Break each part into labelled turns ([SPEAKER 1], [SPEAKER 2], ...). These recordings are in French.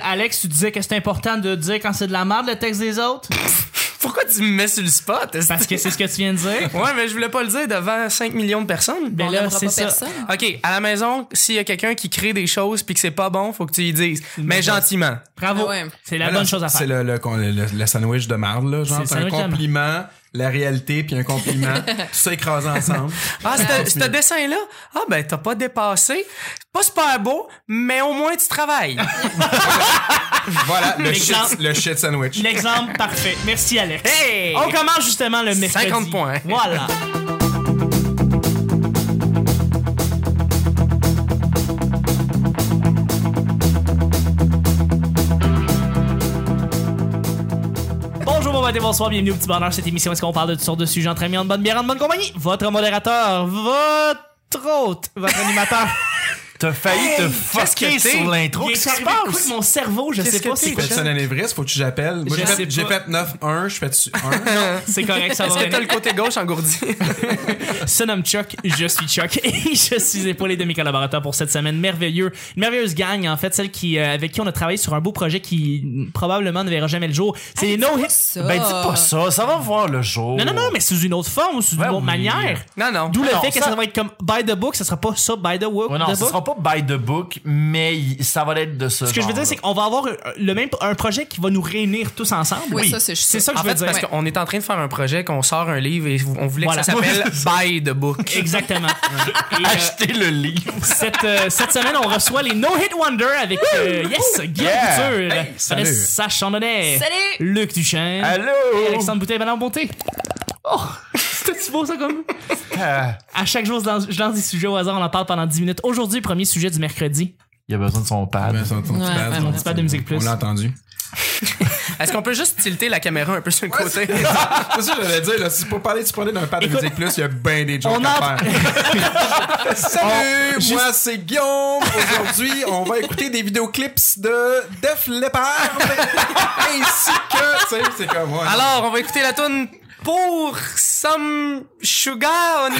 [SPEAKER 1] Alex, tu disais que c'est important de dire quand c'est de la merde le texte des autres?
[SPEAKER 2] Pourquoi tu me mets sur le spot? est-ce
[SPEAKER 1] Parce que c'est ce que tu viens de dire.
[SPEAKER 2] Ouais, mais je voulais pas le dire devant 5 millions de personnes.
[SPEAKER 1] Ben
[SPEAKER 3] on
[SPEAKER 1] là,
[SPEAKER 3] n'aimera
[SPEAKER 1] c'est
[SPEAKER 3] pas
[SPEAKER 1] ça.
[SPEAKER 3] personne.
[SPEAKER 2] OK, à la maison, s'il y a quelqu'un qui crée des choses puis que c'est pas bon, faut que tu y dises. Mais gentiment.
[SPEAKER 1] Bravo.
[SPEAKER 3] Ah ouais.
[SPEAKER 1] C'est la
[SPEAKER 4] Mais
[SPEAKER 1] bonne
[SPEAKER 4] là,
[SPEAKER 1] chose à
[SPEAKER 4] C'est
[SPEAKER 1] faire.
[SPEAKER 4] le, le, con- le, le sandwich de marde, là. Genre,
[SPEAKER 1] C'est
[SPEAKER 4] t'as un
[SPEAKER 1] sandwich de marde.
[SPEAKER 4] compliment, la réalité, puis un compliment. tout ça écrasé ensemble.
[SPEAKER 2] Ah,
[SPEAKER 4] Ouais.
[SPEAKER 2] c'est ce dessin-là? Ah, ben, t'as pas dépassé. Pas super beau, mais au moins tu travailles.
[SPEAKER 4] Voilà, le shit,
[SPEAKER 1] L'exemple.
[SPEAKER 4] le shit sandwich.
[SPEAKER 1] L'exemple parfait. Merci, Alex.
[SPEAKER 2] Hey!
[SPEAKER 1] On commence justement le mercredi.
[SPEAKER 2] 50 points. hein.
[SPEAKER 1] Voilà. Bonjour, bon matin, bonsoir, bienvenue au Petit Bonheur. Cette émission, où est-ce qu'on parle de toutes sortes de sujets entre amis, en bonne bière, en bonne compagnie? Votre modérateur, votre hôte, votre animateur.
[SPEAKER 5] T'as failli te fucker
[SPEAKER 2] qu'est-ce que t'es?
[SPEAKER 5] sur l'intro.
[SPEAKER 1] Il est
[SPEAKER 5] Qu'est-ce qui
[SPEAKER 1] arrivé
[SPEAKER 5] se
[SPEAKER 1] de quoi
[SPEAKER 5] passe?
[SPEAKER 1] que mon cerveau, je
[SPEAKER 2] Qu'est-ce
[SPEAKER 1] sais
[SPEAKER 2] que
[SPEAKER 1] pas
[SPEAKER 2] t'es?
[SPEAKER 1] c'est quoi.
[SPEAKER 4] Fais-tu un anévriste? Faut-tu que j'appelle? Moi,
[SPEAKER 1] Je
[SPEAKER 4] j'ai
[SPEAKER 1] sais
[SPEAKER 4] fait, j'ai
[SPEAKER 1] pas.
[SPEAKER 4] fait 9-1, je fais dessus 1.
[SPEAKER 1] C'est correct, ça va
[SPEAKER 2] Est-ce que
[SPEAKER 1] revenir.
[SPEAKER 2] t'as le côté gauche engourdi?
[SPEAKER 1] se nomme Chuck, je suis Chuck et je suis épaulé de mes collaborateurs pour cette semaine merveilleux, une merveilleuse gang en fait, celle qui euh, avec qui on a travaillé sur un beau projet qui mm, probablement ne verra jamais le jour. C'est les No Hits.
[SPEAKER 3] Ça.
[SPEAKER 5] Ben, dis pas ça. Ça va voir le jour.
[SPEAKER 1] Non non non, mais sous une autre forme, sous
[SPEAKER 5] Ouais,
[SPEAKER 1] une autre
[SPEAKER 5] oui.
[SPEAKER 1] manière.
[SPEAKER 2] non, non.
[SPEAKER 1] D'où le
[SPEAKER 5] Non,
[SPEAKER 1] fait que
[SPEAKER 5] ça-
[SPEAKER 1] ça va être comme by the book, ça sera pas ça by the book.
[SPEAKER 5] Ouais, non,
[SPEAKER 1] the
[SPEAKER 5] ce
[SPEAKER 1] book.
[SPEAKER 5] sera pas by the book, mais il- ça va être de ce
[SPEAKER 1] Ce que je veux dire, c'est qu'on va avoir euh, le même un projet qui va nous réunir tous ensemble.
[SPEAKER 3] Oui, ça, c'est juste
[SPEAKER 1] c'est
[SPEAKER 3] ça.
[SPEAKER 1] ça que
[SPEAKER 2] En
[SPEAKER 1] je veux
[SPEAKER 2] fait, c'est
[SPEAKER 1] dire.
[SPEAKER 2] parce qu'on est en train de faire un projet, qu'on sort un livre et on voulait
[SPEAKER 1] Voilà.
[SPEAKER 2] que ça s'appelle Buy the Book.
[SPEAKER 1] Exactement. Et, euh,
[SPEAKER 5] Acheter le livre.
[SPEAKER 1] cette, euh, cette semaine, on reçoit les No Hit Wonder avec euh, Yes, Guillaume
[SPEAKER 5] Yeah.
[SPEAKER 1] Couture,
[SPEAKER 4] salut.
[SPEAKER 1] Vanessa Chandonnet,
[SPEAKER 3] Salut!
[SPEAKER 1] Luc Duchesne,
[SPEAKER 5] Allô?
[SPEAKER 1] et Alexandre Bouteille, Madame Bonté. Oh, c'était beau ça comme.
[SPEAKER 5] Ah,
[SPEAKER 1] À chaque jour, je lance, je lance des sujets au hasard, on en parle pendant 10 minutes. Aujourd'hui, premier sujet du mercredi.
[SPEAKER 5] Il a besoin de son pad.
[SPEAKER 3] Ouais, ouais,
[SPEAKER 4] Son
[SPEAKER 1] mon petit pad de musique plus.
[SPEAKER 4] On l'a entendu.
[SPEAKER 2] Est-ce qu'on peut juste tilter la caméra un peu sur le côté?
[SPEAKER 4] C'est ça que j'allais dire, là. Si pour parler, tu parlais d'un pad de
[SPEAKER 1] Écoute,
[SPEAKER 4] musique plus, il y a ben des
[SPEAKER 1] on
[SPEAKER 4] jokes
[SPEAKER 1] en-
[SPEAKER 4] à faire. Salut, moi c'est Guillaume. Aujourd'hui, on va écouter des vidéoclips de Def Leppard ainsi que, tu sais, c'est comme moi.
[SPEAKER 2] Alors, on va écouter la tune pour Some Sugar on
[SPEAKER 1] Mets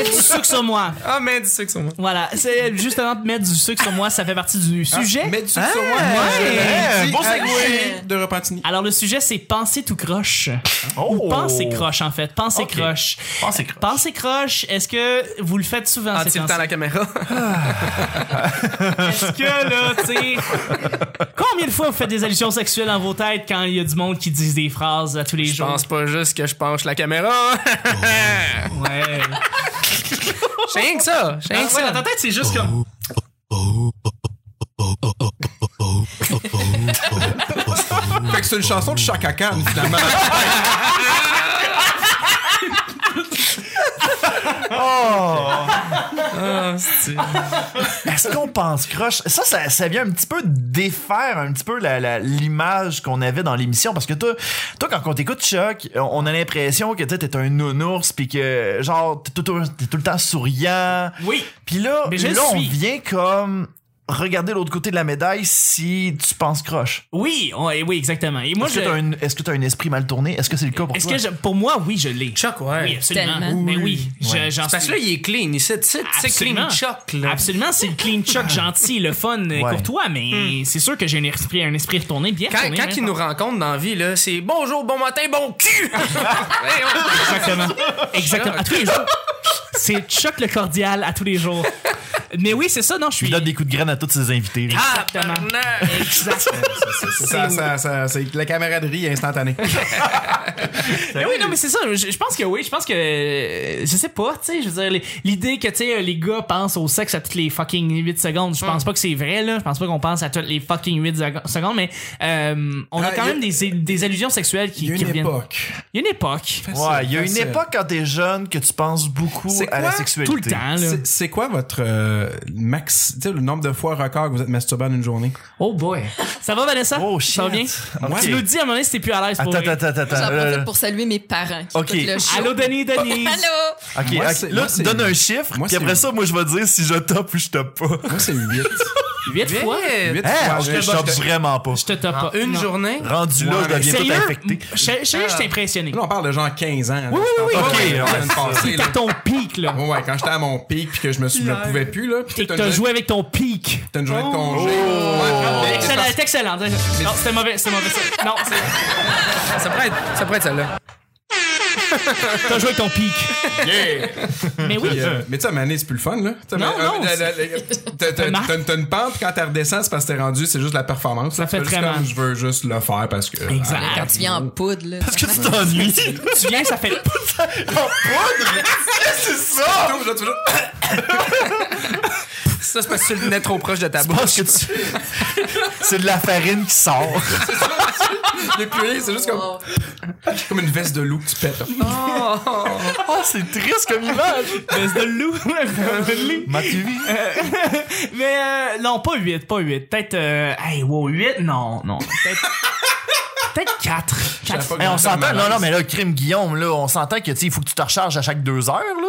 [SPEAKER 2] Me.
[SPEAKER 1] du sucre sur moi.
[SPEAKER 2] Ah, mais dis ça que c'est moi.
[SPEAKER 1] Voilà, c'est justement mettre du sucre sur moi, ça fait partie du sujet.
[SPEAKER 4] Mais tu sur moi, je
[SPEAKER 5] ouais,
[SPEAKER 4] l'avais dit
[SPEAKER 5] bon
[SPEAKER 4] à
[SPEAKER 5] segway.
[SPEAKER 4] Julie de Repentigny.
[SPEAKER 1] Alors le sujet c'est penser tout croche.
[SPEAKER 5] Oh.
[SPEAKER 1] Penser croche en fait, penser
[SPEAKER 5] Ok.
[SPEAKER 1] croche.
[SPEAKER 5] Pensez croche.
[SPEAKER 1] Pensez croche, est-ce que vous Ah, le faites souvent
[SPEAKER 2] En
[SPEAKER 1] ces
[SPEAKER 2] tiltant
[SPEAKER 1] temps-ci?
[SPEAKER 2] la caméra.
[SPEAKER 1] Est-ce que là, tu sais, combien de fois vous faites des allusions sexuelles dans vos têtes quand il y a du monde qui disent des phrases à tous les
[SPEAKER 2] Je
[SPEAKER 1] jours?
[SPEAKER 2] pense pas juste que je penche la caméra.
[SPEAKER 1] Ouais. Ah,
[SPEAKER 2] C'est rien que ça. C'est rien que
[SPEAKER 1] Ouais,
[SPEAKER 2] ça.
[SPEAKER 1] dans ta tête, c'est juste
[SPEAKER 5] Oh.
[SPEAKER 1] comme.
[SPEAKER 4] Fait que c'est une chanson de Chaka Khan, finalement.
[SPEAKER 2] Ah,
[SPEAKER 5] Est-ce qu'on pense croche? Ça, ça, ça vient un petit peu défaire un petit peu la- la- l'image qu'on avait dans l'émission. Parce que toi, toi quand on t'écoute Chuck, on- on a l'impression que tu sais, t'es un nounours puis que genre t'es tout, t'es tout le temps souriant.
[SPEAKER 1] Oui.
[SPEAKER 5] Puis là,
[SPEAKER 1] Mais je
[SPEAKER 5] là on
[SPEAKER 1] suis.
[SPEAKER 5] vient comme regarder l'autre côté de la médaille si tu penses croche.
[SPEAKER 1] Oui, on- oui, exactement. Et moi,
[SPEAKER 5] Est-ce
[SPEAKER 1] je.
[SPEAKER 5] que t'as un, est-ce que t'as un esprit mal tourné? Est-ce que c'est le cas pour
[SPEAKER 1] Est-ce
[SPEAKER 5] toi?
[SPEAKER 1] que je- pour moi, oui, je l'ai.
[SPEAKER 2] Chuck, ouais.
[SPEAKER 1] Oui, absolument.
[SPEAKER 3] Tellement.
[SPEAKER 1] Mais oui, je- j'en
[SPEAKER 2] Parce que
[SPEAKER 1] suis.
[SPEAKER 2] là, il est clean. Il sait, tu sais, tu sais,
[SPEAKER 1] Absolument.
[SPEAKER 2] clean Chuck, là.
[SPEAKER 1] Absolument, c'est le clean chuck gentil, le fun, euh,
[SPEAKER 5] Ouais.
[SPEAKER 1] courtois, mais c'est sûr que j'ai un esprit, un esprit retourné, bien
[SPEAKER 2] Hmm. Quand,
[SPEAKER 1] retourné, hein.
[SPEAKER 2] quand
[SPEAKER 1] même.
[SPEAKER 2] il nous rencontre dans la vie, là, c'est bonjour, bon matin, bon cul! Hey, on-
[SPEAKER 1] Exactement. Exactement. À tous les jours. C'est choc le cordial à tous les jours. Mais oui, c'est ça, non, je
[SPEAKER 5] Tu
[SPEAKER 1] suis.
[SPEAKER 5] lui donnes des coups de graine à tous ses invités. là.
[SPEAKER 2] Ah,
[SPEAKER 1] Exactement.
[SPEAKER 2] tabarnak.
[SPEAKER 1] Exactement.
[SPEAKER 4] Ça, ça, ça, c'est la camaraderie instantanée.
[SPEAKER 1] Mais oui, non, mais c'est ça. Je, je pense que oui. Je pense que. euh, Je sais pas, tu sais. Je veux dire, les- l'idée que, tu sais, les gars pensent au sexe à toutes les fucking 8 secondes, je pense pas que c'est vrai, là. Je pense pas qu'on pense à toutes les fucking 8 secondes- secondes, mais euh, on a
[SPEAKER 4] Ah,
[SPEAKER 1] quand
[SPEAKER 4] y a-
[SPEAKER 1] même des, des allusions sexuelles qui,
[SPEAKER 4] Il y a
[SPEAKER 1] qui
[SPEAKER 4] une
[SPEAKER 1] reviennent.
[SPEAKER 4] époque.
[SPEAKER 1] Il y a une époque.
[SPEAKER 5] Ouais, il y a une
[SPEAKER 4] Facile.
[SPEAKER 5] époque quand t'es jeune que tu penses beaucoup
[SPEAKER 4] C'est
[SPEAKER 5] à la
[SPEAKER 4] quoi?
[SPEAKER 5] sexualité.
[SPEAKER 1] Tout le temps, Hein, là.
[SPEAKER 4] C'est- C'est quoi votre euh, max, tu sais, le nombre de fois record que vous êtes masturbé en une journée?
[SPEAKER 1] Oh boy. Ça va, Vanessa?
[SPEAKER 5] Oh,
[SPEAKER 1] Ça va bien?
[SPEAKER 5] shit. Ok.
[SPEAKER 1] Tu nous dis à un moment donné si t'es plus à l'aise pour.
[SPEAKER 5] Attends,
[SPEAKER 1] vrai.
[SPEAKER 5] attends, attends, attends.
[SPEAKER 3] J'en
[SPEAKER 5] là,
[SPEAKER 3] profite
[SPEAKER 5] là.
[SPEAKER 3] pour saluer mes parents qui
[SPEAKER 5] Euh. Ok.
[SPEAKER 3] écoutent le show.
[SPEAKER 1] Allô, Denis, Denis.
[SPEAKER 3] Allô!
[SPEAKER 5] Ok,
[SPEAKER 4] Moi,
[SPEAKER 5] ok.
[SPEAKER 4] c'est-
[SPEAKER 5] là,
[SPEAKER 4] moi, c'est-
[SPEAKER 5] donne un chiffre,
[SPEAKER 4] moi,
[SPEAKER 5] puis
[SPEAKER 4] c'est-
[SPEAKER 5] après ça, moi, je vais dire si je top ou je top pas. Hein?
[SPEAKER 4] Moi, c'est 8.
[SPEAKER 1] Huit fois?
[SPEAKER 2] Vite.
[SPEAKER 4] Vite,
[SPEAKER 5] Hey,
[SPEAKER 4] ouais,
[SPEAKER 5] je
[SPEAKER 4] je-
[SPEAKER 5] chope
[SPEAKER 4] je-
[SPEAKER 5] vraiment pas.
[SPEAKER 1] Je te top
[SPEAKER 2] En
[SPEAKER 1] pas.
[SPEAKER 2] une
[SPEAKER 1] Non.
[SPEAKER 2] journée.
[SPEAKER 5] Rendu là, je
[SPEAKER 4] Ouais,
[SPEAKER 5] deviens tout
[SPEAKER 1] Sérieux?
[SPEAKER 5] infecté.
[SPEAKER 1] Je- Je je- je suis impressionné.
[SPEAKER 4] Là, on parle de genre 15 ans.
[SPEAKER 1] Oui, oui, oui,
[SPEAKER 5] Ok,
[SPEAKER 1] oui.
[SPEAKER 5] ouais,
[SPEAKER 4] semaine passée,
[SPEAKER 1] T'es
[SPEAKER 4] là.
[SPEAKER 1] à ton pic, là.
[SPEAKER 4] Ouais, ouais, quand j'étais à mon pic puis que je me suis, je me pouvais plus, là.
[SPEAKER 1] Et
[SPEAKER 4] Puis
[SPEAKER 1] que t'as
[SPEAKER 4] t'as une journée-
[SPEAKER 1] joué avec ton pic.
[SPEAKER 4] t'as une journée de congé. Ouais, mais c'est
[SPEAKER 1] Excellent,
[SPEAKER 4] parce-
[SPEAKER 1] c'est excellent. Non, c'était mauvais, c'était mauvais. ça. Non, c'est-
[SPEAKER 2] Ça pourrait être, ça pourrait être celle-là.
[SPEAKER 1] t'as joué avec ton pic. Mais oui.
[SPEAKER 4] Puis, euh, mais tu sais, à Mané, c'est plus le fun, là. Tu sais,
[SPEAKER 1] Non,
[SPEAKER 4] mais,
[SPEAKER 1] non,
[SPEAKER 4] la-
[SPEAKER 1] c'est-
[SPEAKER 4] la- la- t'as- t'as-
[SPEAKER 1] Marc.
[SPEAKER 4] T'as une- t'as une pente, puis quand t'as redescends, c'est parce que t'es rendu, c'est juste la performance.
[SPEAKER 1] Ça
[SPEAKER 4] Tu
[SPEAKER 1] fait
[SPEAKER 4] fais juste
[SPEAKER 1] très
[SPEAKER 4] comme,
[SPEAKER 1] mal.
[SPEAKER 4] Je veux juste le faire parce que.
[SPEAKER 1] Exact.
[SPEAKER 3] Quand tu viens en poudre, là.
[SPEAKER 5] Est-ce que tu t'ennuies?
[SPEAKER 1] Tu viens, ça fait.
[SPEAKER 5] C'est ça!
[SPEAKER 4] Ah, là, tu veux-
[SPEAKER 2] Ça, c'est parce que tu le venais trop proche de ta
[SPEAKER 5] Je
[SPEAKER 2] bouche.
[SPEAKER 5] pense que tu... C'est de la farine qui sort.
[SPEAKER 4] Il est plus rien, c'est juste comme, comme une veste de loup que tu pètes. là.
[SPEAKER 5] Oh, c'est triste comme image.
[SPEAKER 1] Baisse de loup.
[SPEAKER 5] Ma TV.
[SPEAKER 1] Mais euh, non, pas 8, pas 8. Peut-être. Euh, hey, wow, 8, non, non. Peut-être. Peut-être 4.
[SPEAKER 4] savais pas que
[SPEAKER 5] Hey, on
[SPEAKER 4] j'étais un
[SPEAKER 5] s'entend.
[SPEAKER 4] malaise.
[SPEAKER 5] Non, non, mais là, crime Guillaume, là, on s'entend que, tu sais, il faut que tu te recharges à chaque deux heures, là.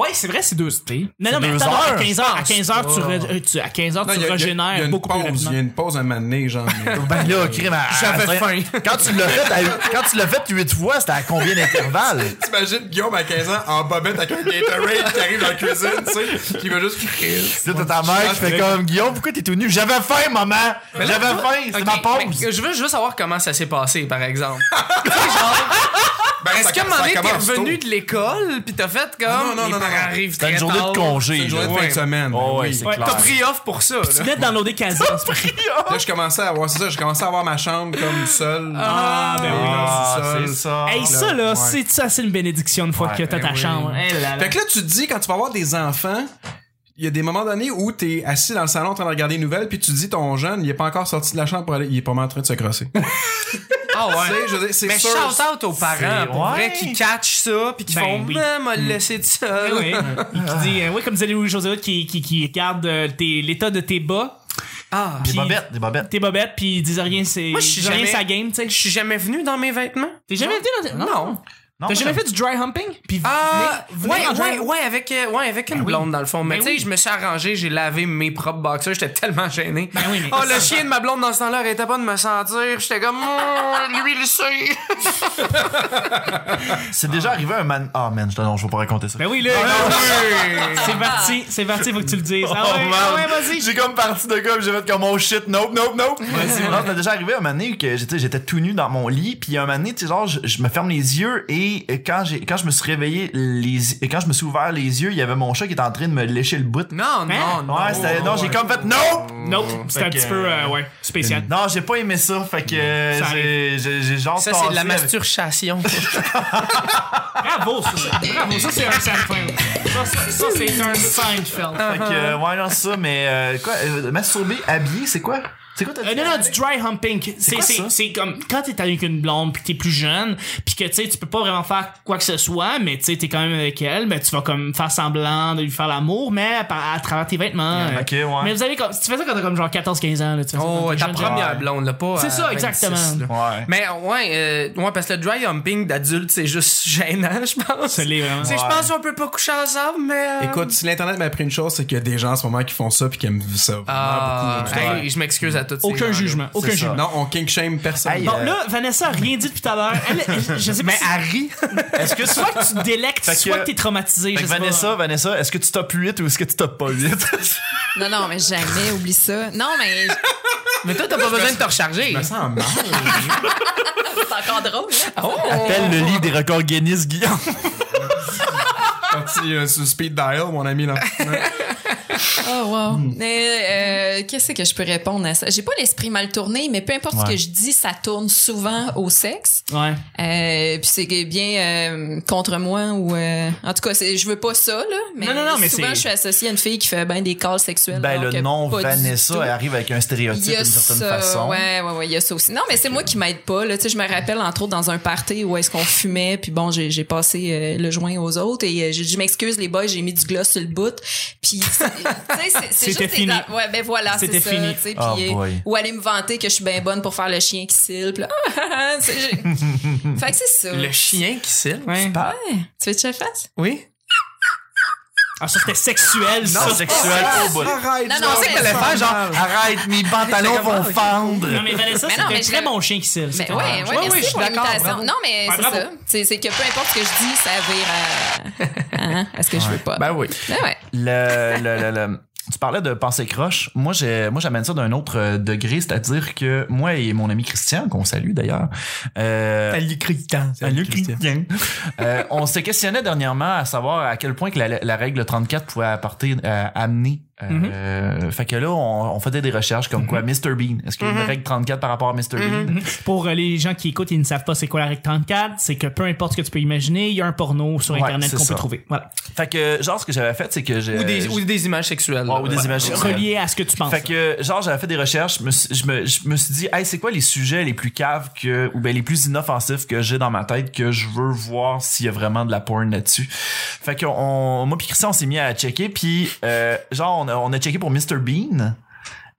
[SPEAKER 1] Ouais, c'est vrai, c'est 2 T. Non, non,
[SPEAKER 5] C'est
[SPEAKER 1] mais
[SPEAKER 5] deux
[SPEAKER 1] attends, à
[SPEAKER 5] heures,
[SPEAKER 1] 15 heures, à 15 heures, tu, re- euh, tu- à 15 heures,
[SPEAKER 4] Oh. Non,
[SPEAKER 1] tu
[SPEAKER 4] il y a- il y a-
[SPEAKER 1] régénères
[SPEAKER 4] il y a une
[SPEAKER 1] beaucoup plus
[SPEAKER 4] pause, Il y a
[SPEAKER 1] rapidement.
[SPEAKER 4] une pause à un moment donné, genre. mais-
[SPEAKER 5] Ben là, crime à.
[SPEAKER 2] J'avais
[SPEAKER 5] à-
[SPEAKER 2] faim.
[SPEAKER 5] Quand tu l'as fait, à- quand tu l'as fait huit fois, c'était à combien d'intervalles?
[SPEAKER 4] T'imagines Guillaume à 15 ans en bobette avec un Gatorade qui arrive dans la cuisine, tu sais, qui va juste crier.
[SPEAKER 5] Là, t'as ta mère qui fait comme Guillaume, pourquoi t'es tout nu? J'avais faim, maman! J'avais faim, c'est
[SPEAKER 2] Ok,
[SPEAKER 5] ma pause!
[SPEAKER 2] mais Je veux juste savoir comment ça s'est passé, par exemple.
[SPEAKER 4] Ben,
[SPEAKER 2] Est-ce
[SPEAKER 4] ça-
[SPEAKER 2] qu'à un
[SPEAKER 4] ça
[SPEAKER 2] moment donné, t'es
[SPEAKER 4] commence
[SPEAKER 2] revenu
[SPEAKER 4] tôt.
[SPEAKER 2] de l'école, pis t'as fait comme.
[SPEAKER 4] Ah non, non,
[SPEAKER 2] mes
[SPEAKER 4] non,
[SPEAKER 2] parents
[SPEAKER 4] non.
[SPEAKER 2] arrivent
[SPEAKER 5] T'as une
[SPEAKER 2] très
[SPEAKER 5] journée
[SPEAKER 2] tard.
[SPEAKER 5] de congé.
[SPEAKER 4] C'est une journée
[SPEAKER 5] là.
[SPEAKER 4] de
[SPEAKER 2] Ouais.
[SPEAKER 4] fin de semaine. ben
[SPEAKER 5] Oh, ouais,
[SPEAKER 4] oui.
[SPEAKER 5] c'est
[SPEAKER 1] Ouais,
[SPEAKER 5] clair.
[SPEAKER 2] T'as pris off pour ça,
[SPEAKER 1] Tu
[SPEAKER 2] là.
[SPEAKER 1] venais de downloader Kazan.
[SPEAKER 4] Ah,
[SPEAKER 1] c'est pas-
[SPEAKER 4] Là, je commençais à avoir, c'est ça, je commençais à avoir ma chambre comme seule.
[SPEAKER 1] Ah, ben oui.
[SPEAKER 5] Ah,
[SPEAKER 4] Seul.
[SPEAKER 5] c'est ça.
[SPEAKER 1] Hey, ça, là,
[SPEAKER 4] Ouais.
[SPEAKER 1] c'est-tu assez une bénédiction une fois
[SPEAKER 5] Ouais,
[SPEAKER 1] que t'as
[SPEAKER 5] ben
[SPEAKER 1] ta
[SPEAKER 5] oui.
[SPEAKER 1] chambre? Eh là là.
[SPEAKER 4] Fait que là, tu te dis, quand tu vas avoir des enfants, il y a des moments donnés où t'es assis dans le salon en train de regarder une nouvelle, puis tu te dis, ton jeune, il est pas encore sorti de la chambre pour aller, il est pas mal en train de se crosser. Tu
[SPEAKER 2] Ah ouais.
[SPEAKER 4] sais, je veux dire, c'est
[SPEAKER 2] Mais
[SPEAKER 4] sûr.
[SPEAKER 2] shout out aux parents,
[SPEAKER 5] C'est-
[SPEAKER 2] pour
[SPEAKER 5] ouais.
[SPEAKER 2] vrai, qui catchent ça, pis qui
[SPEAKER 1] Ben
[SPEAKER 2] font
[SPEAKER 1] oui.
[SPEAKER 2] même m'a laissé tout seul.
[SPEAKER 1] Ah Oui, Il- qui dit, euh, oui, comme disait Louis-José Hood, qui, qui, qui regarde euh, tes- l'état de tes bas,
[SPEAKER 2] Ah.
[SPEAKER 5] Des
[SPEAKER 1] puis-
[SPEAKER 5] bobettes, des bobettes.
[SPEAKER 1] tes bobettes, puis ils disent rien, c'est
[SPEAKER 2] Moi, je suis
[SPEAKER 1] ils disent rien
[SPEAKER 2] jamais-
[SPEAKER 1] sa game, tu sais.
[SPEAKER 2] Je suis jamais venu dans mes vêtements.
[SPEAKER 1] T'es jamais été dans
[SPEAKER 2] Non.
[SPEAKER 5] Non,
[SPEAKER 1] T'as
[SPEAKER 5] moi,
[SPEAKER 1] jamais
[SPEAKER 5] j'aime-
[SPEAKER 1] fait du dry humping? Puis
[SPEAKER 2] Ah,
[SPEAKER 1] venez- venez
[SPEAKER 2] ouais,
[SPEAKER 1] en
[SPEAKER 2] ouais,
[SPEAKER 1] joindre.
[SPEAKER 2] ouais, avec, euh, ouais, avec une blonde dans le fond. Mais
[SPEAKER 1] Ben
[SPEAKER 2] tu sais,
[SPEAKER 1] oui.
[SPEAKER 2] je me suis arrangé, j'ai lavé mes propres boxers, j'étais tellement gêné.
[SPEAKER 1] Ben oui, mais-
[SPEAKER 2] oh, le chien de ma blonde dans ce temps-là arrêtait pas de me sentir. J'étais comme, oh, lui, il le sait.
[SPEAKER 5] C'est déjà arrivé un man. Ah, man, je te non, je vais pas raconter ça.
[SPEAKER 1] Ben oui, là, c'est parti, c'est parti, faut que tu le dises. Ah ouais,
[SPEAKER 5] Oh, man.
[SPEAKER 1] ah ouais, vas-y.
[SPEAKER 5] J'ai comme parti de gars, pis j'ai fait comme oh shit, nope, nope, nope. Non, ça m'est déjà arrivé un moment donné que j'étais, j'étais tout nu dans mon lit, puis un moment donné, tu sais, genre, je, je me ferme les yeux et quand j'ai, quand je me suis réveillé, les, et quand je me suis ouvert les yeux, il y avait mon chat qui était en train de me lécher le bout.
[SPEAKER 2] Non, non,
[SPEAKER 1] Hein?
[SPEAKER 2] non.
[SPEAKER 5] Ouais, c'était, non, j'ai comme fait nope.
[SPEAKER 1] Nope, c'était un
[SPEAKER 5] Fait que,
[SPEAKER 1] petit peu, euh, ouais, spécial.
[SPEAKER 5] Non, j'ai pas aimé ça, fait que euh,
[SPEAKER 1] Ça
[SPEAKER 5] j'ai, j'ai, j'ai genre
[SPEAKER 2] Ça, c'est de la
[SPEAKER 5] tassé avec-
[SPEAKER 2] masturbation.
[SPEAKER 1] Bravo, ça, ça. Bravo, ça, c'est un Seinfeld. Ça, ça, ça, c'est un Seinfeld.
[SPEAKER 5] Fait que euh, ouais, non, c'est ça, mais euh, quoi, euh, masturber habillé, c'est quoi? C'est quoi ta
[SPEAKER 1] Euh, non, non, du dry humping. C'est,
[SPEAKER 5] quoi
[SPEAKER 1] c'est,
[SPEAKER 5] ça?
[SPEAKER 1] c'est comme quand t'es avec une blonde pis que t'es plus jeune pis que tu sais, tu peux pas vraiment faire quoi que ce soit, mais tu sais, t'es quand même avec elle, ben tu vas comme faire semblant de lui faire l'amour, mais à, par- à travers tes vêtements. euh.
[SPEAKER 5] ok, ouais.
[SPEAKER 1] Mais vous avez comme, tu fais ça quand t'as comme genre 14-15 ans, là, tu fais ça quand
[SPEAKER 2] Oh,
[SPEAKER 1] t'es
[SPEAKER 2] ta
[SPEAKER 1] jeune, euh,
[SPEAKER 2] première
[SPEAKER 5] Ouais.
[SPEAKER 2] blonde, là, pas.
[SPEAKER 1] C'est
[SPEAKER 2] à
[SPEAKER 1] ça,
[SPEAKER 2] 26,
[SPEAKER 1] exactement.
[SPEAKER 2] là.
[SPEAKER 5] Ouais.
[SPEAKER 2] Mais ouais, euh, ouais, parce que le dry humping d'adulte, c'est juste gênant, je pense.
[SPEAKER 1] Ça l'est vraiment.
[SPEAKER 2] Tu sais, Je
[SPEAKER 5] Ouais.
[SPEAKER 2] pense qu'on peut pas coucher ensemble, mais. euh,
[SPEAKER 4] Écoute, si l'Internet m'a appris une chose, c'est qu'il y a des gens en ce moment qui font ça puis qui aiment ça.
[SPEAKER 2] Ah,
[SPEAKER 4] vraiment beaucoup.
[SPEAKER 2] hey, je m'excuse à toutes ces
[SPEAKER 1] Aucun
[SPEAKER 2] gens-là.
[SPEAKER 1] jugement, aucun
[SPEAKER 5] ça.
[SPEAKER 1] jugement.
[SPEAKER 4] Non, on kink shame personne.
[SPEAKER 5] Hey,
[SPEAKER 4] Bon,
[SPEAKER 1] Bon, là, Vanessa a rien dit depuis tout à l'heure. Elle- elle- je sais pas.
[SPEAKER 2] Mais
[SPEAKER 1] si-
[SPEAKER 2] Harry.
[SPEAKER 5] Est-ce que
[SPEAKER 1] soit que tu te délectes,
[SPEAKER 5] Fait que-
[SPEAKER 1] soit que t'es traumatisé.
[SPEAKER 5] Fait
[SPEAKER 1] je
[SPEAKER 5] que
[SPEAKER 1] sais pas.
[SPEAKER 5] Vanessa, Vanessa, est-ce que tu top 8 ou est-ce que tu top pas 8?
[SPEAKER 3] Non, non, mais jamais, oublie ça. Non, mais
[SPEAKER 2] Mais toi, t'as pas besoin de te recharger.
[SPEAKER 4] je me sens mal.
[SPEAKER 3] c'est encore drôle, là.
[SPEAKER 5] Appelle le livre des records Guinness, Guillaume.
[SPEAKER 4] Parti euh, sur speed dial, mon ami là.
[SPEAKER 3] Oh, wow.
[SPEAKER 5] Hmm.
[SPEAKER 3] Mais, euh, qu'est-ce que je peux répondre à ça? J'ai pas l'esprit mal tourné, mais peu importe ce
[SPEAKER 5] Ouais.
[SPEAKER 3] que je dis, ça tourne souvent au sexe.
[SPEAKER 1] Ouais.
[SPEAKER 3] Euh, puis c'est bien euh, contre moi ou euh, en tout cas c'est- je veux pas ça là mais,
[SPEAKER 1] Non, non, non, mais
[SPEAKER 3] souvent
[SPEAKER 1] c'est-
[SPEAKER 3] je suis associée à une fille qui fait ben des calls sexuels
[SPEAKER 5] Ben,
[SPEAKER 3] alors
[SPEAKER 5] le
[SPEAKER 3] que
[SPEAKER 5] nom
[SPEAKER 3] pas du tout.
[SPEAKER 5] Vanessa, elle arrive avec un
[SPEAKER 3] Il
[SPEAKER 5] stéréotype
[SPEAKER 3] y a
[SPEAKER 5] d'une certaine
[SPEAKER 3] ça,
[SPEAKER 5] façon.
[SPEAKER 3] ouais, ouais, ouais, il y a ça aussi. Non, mais c'est moi qui m'aide pas. Là, Tu sais, je me rappelle entre autres dans un party où est-ce qu'on fumait, puis bon, j'ai j'ai passé euh, le joint aux autres et euh, j'ai dit je m'excuse les boys, j'ai mis du gloss sur le bout. Puis c'est- tu sais, c'est- c'est
[SPEAKER 1] C'était
[SPEAKER 3] juste
[SPEAKER 1] fini.
[SPEAKER 3] des- Ouais, ben voilà, c'est
[SPEAKER 1] C'était
[SPEAKER 3] ça.
[SPEAKER 1] fini.
[SPEAKER 3] tu sais,
[SPEAKER 5] Oh
[SPEAKER 3] puis, euh,
[SPEAKER 5] boy.
[SPEAKER 3] ou aller me vanter que je suis bien bonne pour faire le chien qui cille. Puis là, ah, c'est- j'ai- fait que c'est ça.
[SPEAKER 2] Le chien qui cille.
[SPEAKER 1] Ouais.
[SPEAKER 5] Pas-
[SPEAKER 3] Tu veux que je le fasse?
[SPEAKER 2] Oui.
[SPEAKER 1] Ah, ça, c'était sexuel, ça.
[SPEAKER 5] Non, sexuel au bout.
[SPEAKER 4] Ah, Arrête,
[SPEAKER 3] Non,
[SPEAKER 4] je
[SPEAKER 3] non,
[SPEAKER 4] pense
[SPEAKER 3] c'est
[SPEAKER 4] que
[SPEAKER 3] que
[SPEAKER 5] Fais
[SPEAKER 4] ça
[SPEAKER 5] faire Ah, genre,
[SPEAKER 4] marche.
[SPEAKER 5] arrête, mes pantalons vont fendre.
[SPEAKER 1] Non, mais Vanessa,
[SPEAKER 3] Mais
[SPEAKER 1] c'est
[SPEAKER 3] non, mais
[SPEAKER 1] un
[SPEAKER 3] je
[SPEAKER 1] très
[SPEAKER 3] le-
[SPEAKER 1] bon chien qui cille.
[SPEAKER 3] Mais Ben ouais, ouais, merci
[SPEAKER 1] oui, je suis
[SPEAKER 3] pour
[SPEAKER 1] d'accord.
[SPEAKER 3] l'imitation.
[SPEAKER 1] bravo.
[SPEAKER 3] Non, mais
[SPEAKER 1] Ouais,
[SPEAKER 3] c'est
[SPEAKER 1] bravo.
[SPEAKER 3] ça. C'est, c'est que peu importe ce que je dis, ça vire à, hein, à ce que je veux pas.
[SPEAKER 5] Ben oui.
[SPEAKER 3] Ben ouais.
[SPEAKER 5] Le, le, le, le- tu parlais de pensée croche. Moi, j'ai, moi, j'amène ça d'un autre euh, degré, c'est-à-dire que moi et mon ami Christian, qu'on salue d'ailleurs, euh,
[SPEAKER 2] Salut, Christian.
[SPEAKER 5] Salut, Christian. Euh, on se questionnait dernièrement à savoir à quel point que la, la règle 34 pouvait apporter, euh, amener. euh,
[SPEAKER 1] Mhm.
[SPEAKER 5] euh, fait que là, on, on faisait des recherches comme quoi Mr. Bean. Est-ce qu'il
[SPEAKER 3] Mm-hmm.
[SPEAKER 5] y a une règle 34 par rapport à Mr. Bean?
[SPEAKER 1] Pour euh, les gens qui écoutent et ne savent pas c'est quoi la règle 34, c'est que peu importe ce que tu peux imaginer, il y a un porno sur
[SPEAKER 5] Ouais,
[SPEAKER 1] Internet
[SPEAKER 5] c'est
[SPEAKER 1] qu'on
[SPEAKER 5] ça.
[SPEAKER 1] peut trouver. Voilà.
[SPEAKER 5] Fait que, genre, ce que j'avais fait, c'est que j'ai.
[SPEAKER 2] Ou des, ou des images sexuelles.
[SPEAKER 5] Euh, Ouais, ou des
[SPEAKER 2] Ouais.
[SPEAKER 5] images sexuelles.
[SPEAKER 1] Relié à ce que tu penses.
[SPEAKER 5] Fait que, genre, j'avais fait des recherches, je me, suis- je me, je me suis dit, hey, c'est quoi les sujets les plus caves que, ou ben, les plus inoffensifs que j'ai dans ma tête que je veux voir s'il y a vraiment de la porn là-dessus. Fait que, on, moi pis Christian, on s'est mis à checker, puis euh, genre, on a, on a checké pour Mr. Bean.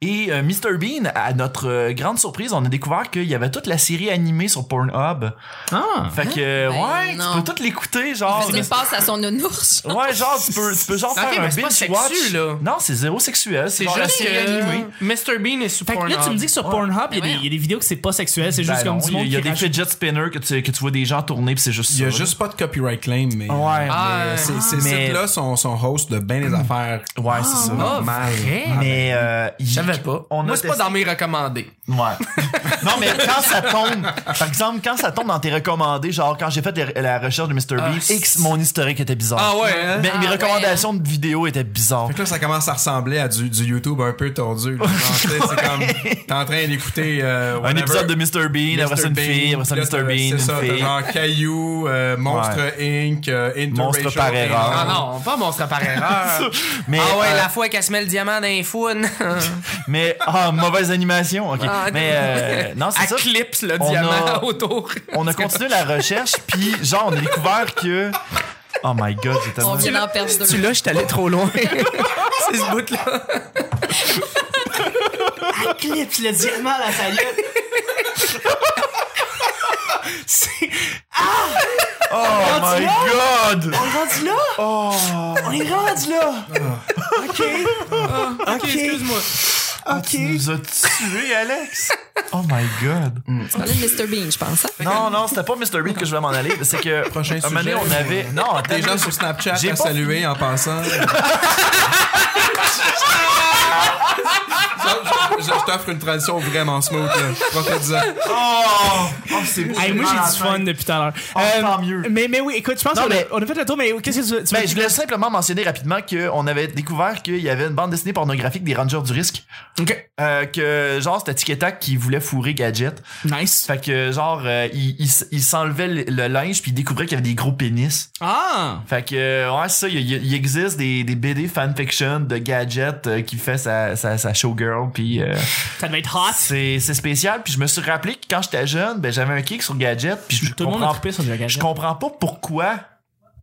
[SPEAKER 5] Et euh, Mr. Bean, à notre euh, grande surprise, on a découvert qu'il y avait toute la série animée sur Pornhub.
[SPEAKER 1] Ah.
[SPEAKER 5] Fait que, euh,
[SPEAKER 3] Ben
[SPEAKER 5] ouais,
[SPEAKER 3] non.
[SPEAKER 5] tu peux toutes l'écouter,
[SPEAKER 3] Il
[SPEAKER 1] Oh,
[SPEAKER 5] genre.
[SPEAKER 3] faisait passe à son nounours.
[SPEAKER 5] Ouais, genre, tu peux, tu peux genre
[SPEAKER 2] Ok,
[SPEAKER 5] faire
[SPEAKER 2] mais
[SPEAKER 5] un
[SPEAKER 2] c'est pas
[SPEAKER 5] binge watch.
[SPEAKER 2] sexu, là.
[SPEAKER 5] Non, c'est zéro sexuel. C'est
[SPEAKER 2] C'est
[SPEAKER 5] genre la
[SPEAKER 2] juste
[SPEAKER 5] série animée.
[SPEAKER 2] que Mr. Bean est super
[SPEAKER 1] Fait que là, tu me dis que sur Pornhub, il y a des-
[SPEAKER 3] Mais
[SPEAKER 1] il y, a des vidéos que c'est pas sexuel, c'est juste
[SPEAKER 5] Ben
[SPEAKER 1] comme
[SPEAKER 5] non,
[SPEAKER 1] du
[SPEAKER 5] il y a-
[SPEAKER 1] monde
[SPEAKER 5] Il y a
[SPEAKER 1] qui
[SPEAKER 5] des
[SPEAKER 1] rajoute-
[SPEAKER 5] fidget spinners que tu, que tu vois des gens tourner puis c'est juste
[SPEAKER 4] Il y a
[SPEAKER 5] ça,
[SPEAKER 4] juste pas de copyright claim, mais.
[SPEAKER 5] Ouais.
[SPEAKER 4] mais
[SPEAKER 2] Ah,
[SPEAKER 4] ces ces
[SPEAKER 5] mais-
[SPEAKER 4] sites-là sont, sont hosts de bien des affaires.
[SPEAKER 5] là. Ouais, c'est ça.
[SPEAKER 4] Normal.
[SPEAKER 5] Mais euh, il-
[SPEAKER 2] ah, Je savais pas.
[SPEAKER 5] On a
[SPEAKER 2] Moi, c'est pas
[SPEAKER 5] testé-
[SPEAKER 2] dans mes recommandés.
[SPEAKER 5] Ouais. non, mais quand ça tombe, par exemple, quand ça tombe dans tes recommandés, genre quand j'ai fait les- la recherche de Mr.
[SPEAKER 2] Ah,
[SPEAKER 5] B, X, mon historique était bizarre.
[SPEAKER 2] Ah ouais, hein?
[SPEAKER 5] Mais
[SPEAKER 3] Ah
[SPEAKER 5] mes
[SPEAKER 3] ouais,
[SPEAKER 5] recommandations de vidéos étaient bizarres.
[SPEAKER 4] Fait que là, ça commence à ressembler à du, du YouTube un peu tordu. là. Genre, tu sais, c'est comme, t'es en train d'écouter euh,
[SPEAKER 5] Un
[SPEAKER 4] whatever,
[SPEAKER 5] épisode de Mr. Bean, après ça une
[SPEAKER 4] Bean,
[SPEAKER 5] fille, après ça
[SPEAKER 4] là,
[SPEAKER 5] Mr.
[SPEAKER 4] t'as-
[SPEAKER 5] Bean, une
[SPEAKER 4] C'est ça, t'as
[SPEAKER 5] fille.
[SPEAKER 4] genre Caillou, euh, Monstre Inc., euh, Interracial
[SPEAKER 5] Monstre par
[SPEAKER 4] Inc.
[SPEAKER 5] erreur.
[SPEAKER 2] Ah non, pas monstre par erreur.
[SPEAKER 5] Mais,
[SPEAKER 2] ah ouais,
[SPEAKER 5] euh,
[SPEAKER 2] la fois qu'elle se met le diamant dans les founes.
[SPEAKER 5] mais ah, mauvaise animation. ok.
[SPEAKER 2] Ah,
[SPEAKER 5] mais euh, non, c'est
[SPEAKER 2] Elle
[SPEAKER 5] ça.
[SPEAKER 2] clipse le
[SPEAKER 5] On
[SPEAKER 2] diamant
[SPEAKER 5] a-
[SPEAKER 2] autour.
[SPEAKER 5] On a continué la recherche, puis genre, on a découvert que. Oh my god, j'ai
[SPEAKER 3] On
[SPEAKER 5] tellement.
[SPEAKER 3] vient d'en perdre deux.
[SPEAKER 2] là, je t'allais trop loin. c'est ce bout-là.
[SPEAKER 1] clips le diamant à sa gueule. C'est-
[SPEAKER 5] Oh my god! Oh,
[SPEAKER 1] on est rendu là? On est rendu là! Ok.
[SPEAKER 2] Ok, excuse-moi.
[SPEAKER 5] ah, Tu nous as tués, Alex! Oh my god!
[SPEAKER 4] Mm.
[SPEAKER 3] Tu parlais de Mr. Bean, je pense. hein?
[SPEAKER 5] Non, non, c'était pas Mr. Bean que je voulais m'en aller. C'est que.
[SPEAKER 4] Prochain
[SPEAKER 5] un moment donné,
[SPEAKER 4] sujet.
[SPEAKER 5] on avait. Non, attends,
[SPEAKER 4] Des gens sur Snapchat
[SPEAKER 5] J'ai
[SPEAKER 4] à
[SPEAKER 5] pas-
[SPEAKER 4] saluer en passant. Je- Je, je- je t'offre une transition vraiment smooth, là. Profite-en.
[SPEAKER 5] Oh! Oh, c'est beau!
[SPEAKER 1] Hey, moi, j'ai
[SPEAKER 5] Ah,
[SPEAKER 1] du fun depuis tout à l'heure. Euh,
[SPEAKER 5] Oh, tant mieux.
[SPEAKER 1] Mais, mais oui, écoute, je pense
[SPEAKER 5] Non,
[SPEAKER 1] qu'on a-
[SPEAKER 5] mais-
[SPEAKER 1] on a fait le tour, mais qu'est-ce que tu, tu
[SPEAKER 5] Ben,
[SPEAKER 1] veux-
[SPEAKER 5] je voulais simplement mentionner rapidement qu'on avait découvert qu'il y avait une bande dessinée pornographique des Rangers du Risque.
[SPEAKER 2] Ok.
[SPEAKER 5] Euh, que, genre, c'était Tic et Tac qui voulait fourrer Gadget.
[SPEAKER 1] Nice.
[SPEAKER 5] Fait que, genre, euh, il, il s- il s'enlevait le, le linge puis il découvrait qu'il y avait des gros pénis.
[SPEAKER 1] Ah!
[SPEAKER 5] Fait que, euh, ouais, c'est ça, il, il- il existe des, des BD fanfiction de Gadget euh, qui fait sa, sa, sa showgirl, puis euh,
[SPEAKER 1] Ça devait être hot.
[SPEAKER 5] c'est c'est spécial. Puis je me suis rappelé que quand j'étais jeune, ben, j'avais un kick sur Gadget, puis je,
[SPEAKER 1] Tout le monde a
[SPEAKER 5] comprends,
[SPEAKER 1] trippé sur du
[SPEAKER 5] je
[SPEAKER 1] gadget.
[SPEAKER 5] comprends pas pourquoi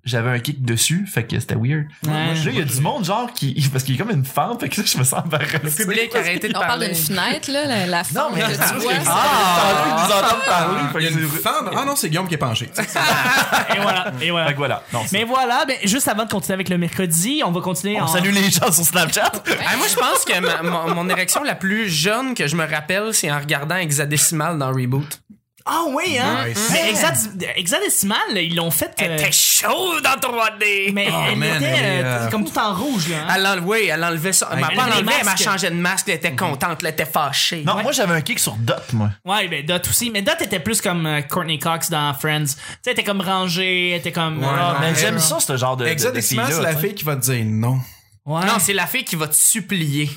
[SPEAKER 5] j'avais un kick dessus, fait que c'était weird.
[SPEAKER 1] Ouais.
[SPEAKER 5] Moi, je- là, il y a du monde, genre, qui, parce qu'il est comme une femme, fait que là, je me sens embarrassé.
[SPEAKER 2] Le public, arrêtez de
[SPEAKER 3] On parle
[SPEAKER 2] parler.
[SPEAKER 3] d'une fenêtre, là, la, la
[SPEAKER 5] Non,
[SPEAKER 3] fente
[SPEAKER 5] mais
[SPEAKER 3] que tu
[SPEAKER 5] c'est juste
[SPEAKER 3] vois.
[SPEAKER 5] que-
[SPEAKER 3] ça-
[SPEAKER 5] Ah, ils entendent parler, fait
[SPEAKER 4] Il y a
[SPEAKER 5] que c'est
[SPEAKER 4] une
[SPEAKER 5] vrai.
[SPEAKER 4] femme. Ah non, c'est Guillaume qui est penché. Tu sais, c'est-
[SPEAKER 1] Et voilà. Et
[SPEAKER 5] Fait
[SPEAKER 1] voilà.
[SPEAKER 5] que voilà. Non, c'est-
[SPEAKER 1] Mais voilà, ben, juste avant de continuer avec le mercredi, on va continuer en.
[SPEAKER 5] on salue les gens sur Snapchat.
[SPEAKER 2] Ah, moi, je pense que ma- mon, mon érection la plus jeune que je me rappelle, c'est en regardant Hexadécimal dans Reboot.
[SPEAKER 1] Ah oui, hein?
[SPEAKER 4] Nice.
[SPEAKER 1] Mais hexad- hexadécimal, là, ils l'ont fait.
[SPEAKER 5] Eh,
[SPEAKER 1] euh,
[SPEAKER 2] chaude dans 3D!
[SPEAKER 1] mais
[SPEAKER 4] Oh,
[SPEAKER 1] elle
[SPEAKER 4] man,
[SPEAKER 1] était
[SPEAKER 4] elle est,
[SPEAKER 1] euh,
[SPEAKER 4] euh,
[SPEAKER 1] comme tout en rouge, là. hein?
[SPEAKER 2] Elle enle- oui, elle enlevait ça. Elle m'a
[SPEAKER 1] Elle
[SPEAKER 2] pas
[SPEAKER 1] avait des
[SPEAKER 2] enlevé, elle m'a
[SPEAKER 1] masques.
[SPEAKER 2] changé de masque, elle était contente, elle était fâchée.
[SPEAKER 5] Non, moi, j'avais un kick sur Dot, moi.
[SPEAKER 1] Ouais, ben Dot aussi. Mais Dot était plus comme euh, Courtney Cox dans Friends. Tu sais, elle était comme rangée, elle était comme.
[SPEAKER 4] Ouais,
[SPEAKER 1] Ah,
[SPEAKER 5] Mais
[SPEAKER 4] ouais.
[SPEAKER 5] j'aime ça, ce genre de. de- de
[SPEAKER 4] Exactement,
[SPEAKER 5] filles-là,
[SPEAKER 4] c'est la
[SPEAKER 5] t'sais.
[SPEAKER 4] fille qui va te dire non.
[SPEAKER 1] ouais.
[SPEAKER 2] Non, c'est la fille qui va te supplier.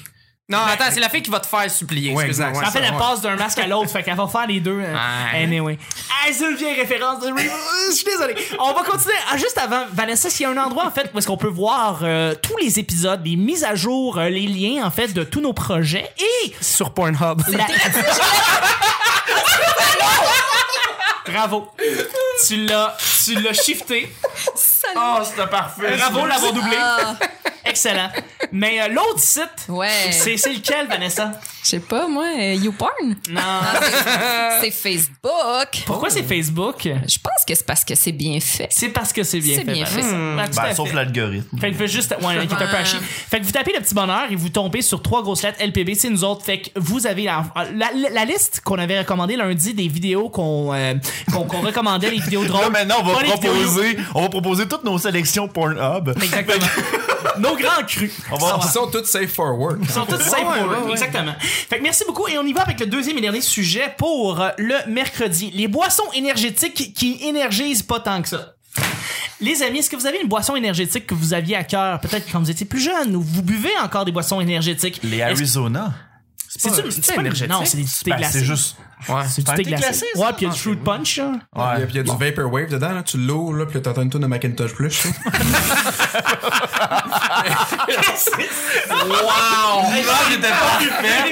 [SPEAKER 2] Non, attends, c'est la fille qui va te faire supplier.
[SPEAKER 4] Ouais,
[SPEAKER 2] excuse-moi.
[SPEAKER 4] exact.
[SPEAKER 1] En fait,
[SPEAKER 4] ça,
[SPEAKER 1] elle
[SPEAKER 4] ouais.
[SPEAKER 1] passe d'un masque à l'autre, fait qu'elle va faire les deux. euh,
[SPEAKER 2] Ouais.
[SPEAKER 1] Anyway. Ah, c'est une vieille référence de Reboot. Je suis désolé. On va continuer. Ah, juste avant, Vanessa, s'il y a un endroit, en fait, où est-ce qu'on peut voir euh, tous les épisodes, les mises à jour, euh, les liens, en fait, de tous nos projets et
[SPEAKER 2] Sur Pornhub.
[SPEAKER 1] La- Bravo. Tu l'as, tu l'as shifté.
[SPEAKER 5] Oh, c'était parfait.
[SPEAKER 1] Bravo l'avoir doublé.
[SPEAKER 3] Ah,
[SPEAKER 1] Excellent. Mais euh, l'autre site,
[SPEAKER 3] Ouais.
[SPEAKER 1] c'est, c'est lequel, Vanessa?
[SPEAKER 3] sais pas, moi, euh, YouPorn.
[SPEAKER 1] Non.
[SPEAKER 3] Ah, c'est- c'est Facebook.
[SPEAKER 1] Pourquoi c'est Facebook?
[SPEAKER 3] Je pense que c'est parce que c'est bien fait.
[SPEAKER 1] C'est parce que c'est bien
[SPEAKER 3] C'est
[SPEAKER 1] fait.
[SPEAKER 3] bien
[SPEAKER 1] madame.
[SPEAKER 3] fait, ça. Ah.
[SPEAKER 1] Ah, tout à
[SPEAKER 5] Ben,
[SPEAKER 1] fait.
[SPEAKER 5] sauf l'algorithme.
[SPEAKER 1] Fait que vous juste, ouais, qui est un peu à chier. Fait que vous tapez le petit bonheur et vous tombez sur trois grosses lettres LPB, c'est nous autres. Fait que vous avez la, la, la- la liste qu'on avait recommandée lundi des vidéos qu'on euh, qu'on qu'on recommandait, les vidéos drôles.
[SPEAKER 5] Là, maintenant, on
[SPEAKER 1] Pas
[SPEAKER 5] va
[SPEAKER 1] les vidéos
[SPEAKER 5] proposer, on va proposer toutes nos sélections Pornhub.
[SPEAKER 1] Exactement. Nos grands crus. Ah,
[SPEAKER 5] On va-
[SPEAKER 4] Ils sont tous safe for work.
[SPEAKER 1] Ils sont tous simples
[SPEAKER 2] ouais,
[SPEAKER 1] pour eux.
[SPEAKER 2] ouais, ouais.
[SPEAKER 1] Exactement. Fait que merci beaucoup et on y va avec le deuxième et dernier sujet pour euh, le mercredi. Les boissons énergétiques qui énergisent pas tant que ça. Les amis, est-ce que vous avez une boisson énergétique que vous aviez à cœur, peut-être quand vous étiez plus jeune, ou vous buvez encore des boissons énergétiques?
[SPEAKER 5] Les Arizona.
[SPEAKER 1] C'est
[SPEAKER 2] pas- c'est
[SPEAKER 1] c'est
[SPEAKER 2] pas
[SPEAKER 1] pas
[SPEAKER 2] énergétique.
[SPEAKER 1] Non, c'est des thé
[SPEAKER 5] Ben,
[SPEAKER 1] glacés.
[SPEAKER 5] c'est juste.
[SPEAKER 2] Ouais.
[SPEAKER 1] C'est du
[SPEAKER 5] un
[SPEAKER 1] thé
[SPEAKER 5] thé
[SPEAKER 1] glacé.
[SPEAKER 5] glacé, ça?
[SPEAKER 1] Ouais, puis il y a du fruit punch. hein.
[SPEAKER 4] Il y a-
[SPEAKER 5] Ouais.
[SPEAKER 4] il y a du Vaporwave dedans, là. tu l'ouvres, là, puis là, t'entends une toune de Macintosh Plus.
[SPEAKER 5] Wow! j'étais pas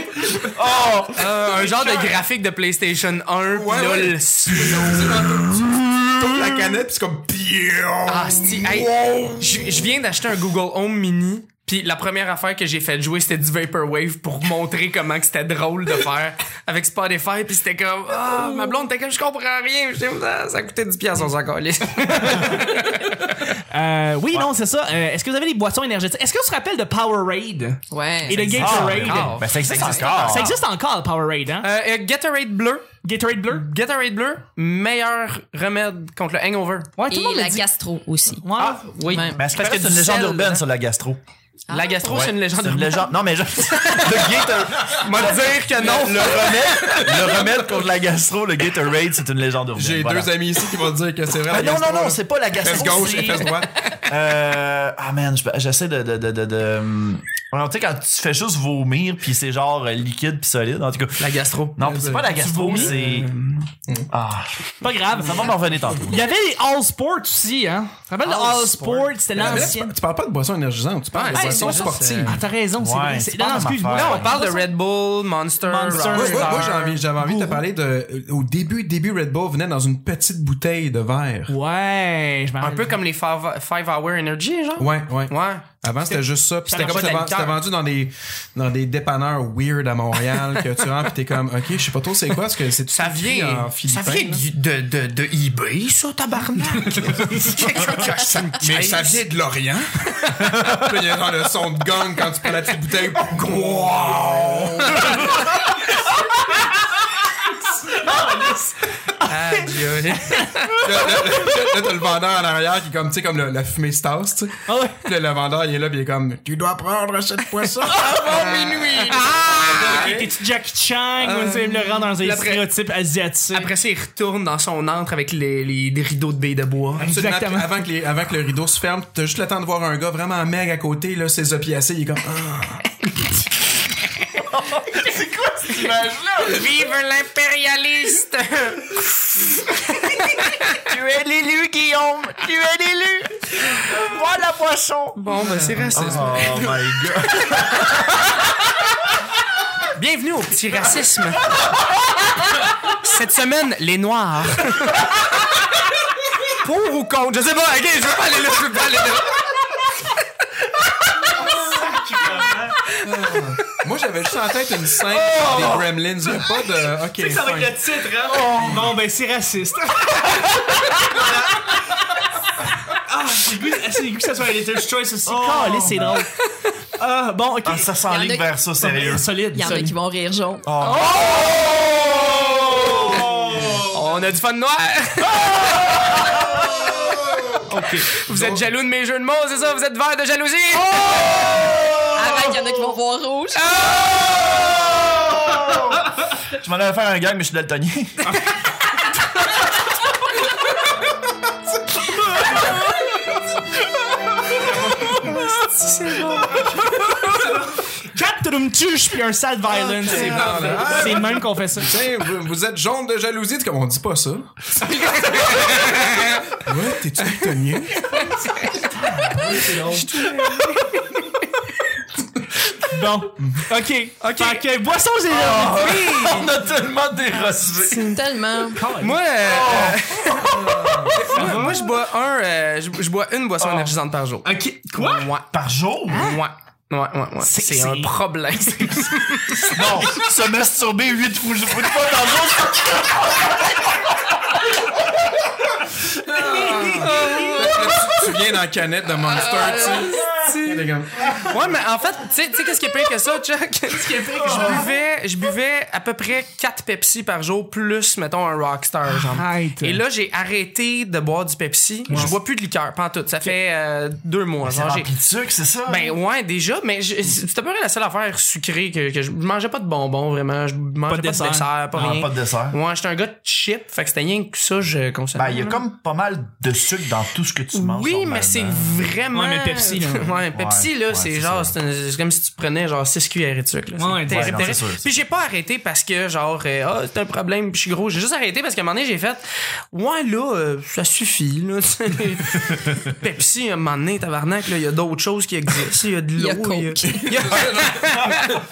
[SPEAKER 2] Euh, un genre de graphique de PlayStation 1, pis
[SPEAKER 4] Ouais,
[SPEAKER 2] là,
[SPEAKER 4] ouais.
[SPEAKER 2] le
[SPEAKER 4] T'ouvres la canette, puis c'est comme.
[SPEAKER 2] Ah, sti- hey, je je viens d'acheter un Google Home Mini. Puis la première affaire que j'ai fait jouer, c'était du Vaporwave pour montrer comment que c'était drôle de faire avec Spotify. Puis c'était comme, ah, ma blonde, t'es comme, je comprends rien. Je dis, ah, ça coûtait 10 piastres, on s'en calisse.
[SPEAKER 1] Euh, oui, non, c'est ça. Euh, est-ce que vous avez des boissons énergétiques? Est-ce qu'on se rappelle de Powerade
[SPEAKER 3] Ouais.
[SPEAKER 1] et de Gatorade?
[SPEAKER 2] encore.
[SPEAKER 5] Ah, Ben, ça existe encore.
[SPEAKER 1] Ça existe encore, Powerade, hein?
[SPEAKER 2] Euh, euh, Gatorade bleu.
[SPEAKER 1] Gatorade bleu?
[SPEAKER 2] Gatorade bleu, meilleur remède contre le hangover.
[SPEAKER 1] Ouais,
[SPEAKER 3] Et
[SPEAKER 1] tout le monde
[SPEAKER 3] la
[SPEAKER 1] me dit. Ben,
[SPEAKER 3] gastro aussi.
[SPEAKER 1] Ouais.
[SPEAKER 2] Oui.
[SPEAKER 3] Ouais.
[SPEAKER 5] Mais est-ce que
[SPEAKER 2] Parce que
[SPEAKER 5] Ben, c'est une
[SPEAKER 2] du
[SPEAKER 5] légende
[SPEAKER 2] sel,
[SPEAKER 5] urbaine
[SPEAKER 2] hein?
[SPEAKER 5] sur la gastro?
[SPEAKER 2] La gastro, c'est une légende.
[SPEAKER 5] Ah. C'est une légende. Non, mais je. Le Gator-
[SPEAKER 2] M'a dire que non.
[SPEAKER 5] Le remède, le remède contre la gastro, le Gatorade, c'est une légende urbaine.
[SPEAKER 4] J'ai
[SPEAKER 5] Voilà.
[SPEAKER 4] deux amis ici qui vont dire que c'est vrai.
[SPEAKER 5] Ah
[SPEAKER 4] la
[SPEAKER 5] non, non,
[SPEAKER 4] gastro,
[SPEAKER 5] non,
[SPEAKER 4] là.
[SPEAKER 5] c'est pas la
[SPEAKER 4] Fesse
[SPEAKER 5] gastro.
[SPEAKER 4] gauche
[SPEAKER 5] c'est-
[SPEAKER 4] et fesse droite.
[SPEAKER 5] Euh, ah man, je- j'essaie de de de de. de... hum, alors, tu sais quand tu fais juste vomir puis c'est genre euh, liquide puis solide en tout cas.
[SPEAKER 2] La gastro.
[SPEAKER 5] Non, c'est pas la gastro,
[SPEAKER 1] vomis?
[SPEAKER 5] c'est ah,
[SPEAKER 1] Pas grave.
[SPEAKER 5] ça va m'en revenir tantôt.
[SPEAKER 1] Il y avait les All Sports aussi, hein? Tu te rappelles de
[SPEAKER 2] All
[SPEAKER 1] All Sports? C'était
[SPEAKER 5] Ah,
[SPEAKER 4] Mais là, tu
[SPEAKER 1] l'ancienne.
[SPEAKER 4] par- tu parles pas de boisson énergisante, tu parles
[SPEAKER 2] Ouais,
[SPEAKER 4] de
[SPEAKER 2] c'est
[SPEAKER 4] boisson
[SPEAKER 2] boisson,
[SPEAKER 4] sportive.
[SPEAKER 1] Ah, t'as raison, c'est
[SPEAKER 5] Ouais,
[SPEAKER 1] vrai.
[SPEAKER 5] c'est
[SPEAKER 1] C'est...
[SPEAKER 5] pas
[SPEAKER 1] Non, non,
[SPEAKER 5] ma
[SPEAKER 1] excuse-moi.
[SPEAKER 5] affaire.
[SPEAKER 2] Non, on parle de Red Bull, Monster,
[SPEAKER 1] Monster.
[SPEAKER 2] Rockstar.
[SPEAKER 4] Moi, moi, moi, j'ai envie, j'avais envie de te parler de. Au début, début, Red Bull venait dans une petite bouteille de verre.
[SPEAKER 1] Ouais, je m'en
[SPEAKER 2] Un peu comme les 5 Hour Energy, genre.
[SPEAKER 4] Ouais, ouais.
[SPEAKER 2] Ouais.
[SPEAKER 4] Avant, c'était juste ça. Puis
[SPEAKER 2] ça
[SPEAKER 4] c'était
[SPEAKER 2] marche
[SPEAKER 4] comme
[SPEAKER 2] pas
[SPEAKER 4] c'était
[SPEAKER 2] de la
[SPEAKER 4] vendu, c'était
[SPEAKER 2] liqueur.
[SPEAKER 4] vendu dans des, dans des dépanneurs weird à Montréal que tu rentres pis t'es comme, OK, je sais pas trop c'est quoi, parce que c'est
[SPEAKER 2] Ça vient,
[SPEAKER 4] en
[SPEAKER 2] ça vient
[SPEAKER 4] Philippines. là.
[SPEAKER 2] du- de, de, de eBay, ça, tabarnak. Quelqu'un qui a acheté une
[SPEAKER 4] Mais
[SPEAKER 2] caisse.
[SPEAKER 4] ça vient de l'Orient. Puis il y a genre le son de gang quand tu prends la petite bouteille.
[SPEAKER 2] Oh,
[SPEAKER 4] Wow!
[SPEAKER 2] Ah, Dieu.
[SPEAKER 4] Là, là, là, là, t'as le vendeur en arrière qui est comme, tu sais, comme le- la fumée Stas, tu sais.
[SPEAKER 1] Ah ouais.
[SPEAKER 4] Puis là, le vendeur, il est là, puis il est comme, tu dois prendre cette poisson.
[SPEAKER 2] Avant minuit.
[SPEAKER 1] T'es-tu Jackie Chang? ou tu me le rendre dans un
[SPEAKER 2] l'après-
[SPEAKER 1] stéréotype asiatique.
[SPEAKER 2] Après ça, il retourne dans son antre avec les, les, des rideaux de baies de bois.
[SPEAKER 4] Absolument.
[SPEAKER 1] Exactement.
[SPEAKER 4] Avant que, les- avant que le rideau se ferme, t'as juste le temps de voir un gars vraiment meg à côté, là, ses opiacés, il est comme, ah.
[SPEAKER 2] Vive l'impérialiste!
[SPEAKER 5] Tu es l'élu Guillaume, tu es l'élu. Voilà poisson.
[SPEAKER 2] Bon, ben, c'est raciste.
[SPEAKER 5] Oh my god.
[SPEAKER 2] Bienvenue au petit racisme. Cette semaine, les Noirs. Pour ou contre? Je sais pas, ok, je veux pas aller là, je veux pas aller là.
[SPEAKER 4] Moi, j'avais juste en tête une scène
[SPEAKER 1] Oh!
[SPEAKER 4] des Gremlins. Il y a pas de, OK. fine.
[SPEAKER 1] titre, hein? Bon, ben, c'est raciste. ah, j'ai le goût, j'ai le goût que ça soit un Editor's Choice aussi. Oh, Calé, c'est drôle. Ah, bon, ok.
[SPEAKER 5] Ah, ça s'enligne
[SPEAKER 3] Il y en a-
[SPEAKER 5] vers ça sérieux.
[SPEAKER 1] solide.
[SPEAKER 3] Il y en a
[SPEAKER 1] solide.
[SPEAKER 3] qui vont rire jaune.
[SPEAKER 1] Oh!
[SPEAKER 2] On a du fun noir. Vous êtes jaloux de mes jeux de mots, c'est ça? Vous êtes vert de jalousie?
[SPEAKER 3] Arrête, il y en a qui vont voir rouge.
[SPEAKER 1] Ah!
[SPEAKER 5] Oh! Je m'en allais faire un gag mais je suis daltonien.
[SPEAKER 1] Capturum tuche puis un sad violence. Ah, C'est
[SPEAKER 4] parfait.
[SPEAKER 1] C'est le même qu'on fait ça.
[SPEAKER 4] Tiens, Ben, vous, vous êtes jaune de jalousie, C'est comme on dit pas ça. ouais, t'es-tu daltonien?
[SPEAKER 1] Bon. OK. OK. Fait que boissons énergétiques.
[SPEAKER 5] On a tellement dérosé.
[SPEAKER 3] Tellement.
[SPEAKER 2] Moi, euh, euh, moi, moi, je bois un, euh, je, je bois une boisson énergisante par jour.
[SPEAKER 1] OK. Quoi?
[SPEAKER 2] Moi.
[SPEAKER 5] Par jour.
[SPEAKER 2] Moi. Ouais, ouais, ouais.
[SPEAKER 1] C'est-
[SPEAKER 2] C'est un
[SPEAKER 1] c'est-
[SPEAKER 2] problème.
[SPEAKER 5] Non, se masturber 8 fois, huit fois par jour.
[SPEAKER 4] tu, tu viens dans la canette de Monster,
[SPEAKER 1] Ah,
[SPEAKER 4] tu sais.
[SPEAKER 2] ouais, mais en fait, tu sais- tu sais, qu'est-ce qui est pire que ça, Chuck? Ce qui est pire que je buvais, je buvais à peu près 4 Pepsi par jour, plus, mettons, un Rockstar, genre.
[SPEAKER 1] Arrête.
[SPEAKER 2] Et là, j'ai arrêté de boire du Pepsi. Je bois plus de liqueur, pas en tout. Ça fait euh, deux mois.
[SPEAKER 5] C'est
[SPEAKER 2] genre, j'ai-
[SPEAKER 5] rempli Ah, de sucre, c'est ça?
[SPEAKER 2] Ben ouais, déjà, mais je- c'est à peu près la seule affaire sucrée que, que je, je mangeais pas de bonbons vraiment, je mangeais pas de dessert,
[SPEAKER 1] dessert.
[SPEAKER 2] pas
[SPEAKER 5] Non,
[SPEAKER 2] rien.
[SPEAKER 5] pas de dessert.
[SPEAKER 2] Ouais, j'étais un gars de chip, fait que c'était rien que ça je consommais.
[SPEAKER 5] Ben, il y a comme pas mal de sucre dans tout ce que tu manges.
[SPEAKER 2] oui, mais c'est vraiment.
[SPEAKER 1] Ouais, mais Pepsi, là.
[SPEAKER 2] ouais, Pepsi,
[SPEAKER 5] ben, Ouais,
[SPEAKER 2] là,
[SPEAKER 5] ouais,
[SPEAKER 2] c'est
[SPEAKER 5] c'est
[SPEAKER 2] genre,
[SPEAKER 5] ça.
[SPEAKER 2] c'est un- c'est comme si tu prenais genre 6 cuillères de sucre.
[SPEAKER 1] Ouais,
[SPEAKER 2] Là. C'est
[SPEAKER 1] ouais,
[SPEAKER 2] terrible,
[SPEAKER 5] non, c'est
[SPEAKER 2] terrible.
[SPEAKER 5] sûr, c'est
[SPEAKER 2] Puis j'ai pas arrêté parce que genre, euh, ah, c'est un problème, puis je suis gros. J'ai juste arrêté parce qu'à un moment donné, j'ai fait, ouais, là, euh, ça suffit, là. tu sais. Pepsi, à un moment donné, tabarnak, là, il y a d'autres choses qui existent. Il y a de
[SPEAKER 3] y a
[SPEAKER 2] l'eau.
[SPEAKER 3] Coke.
[SPEAKER 2] il y a-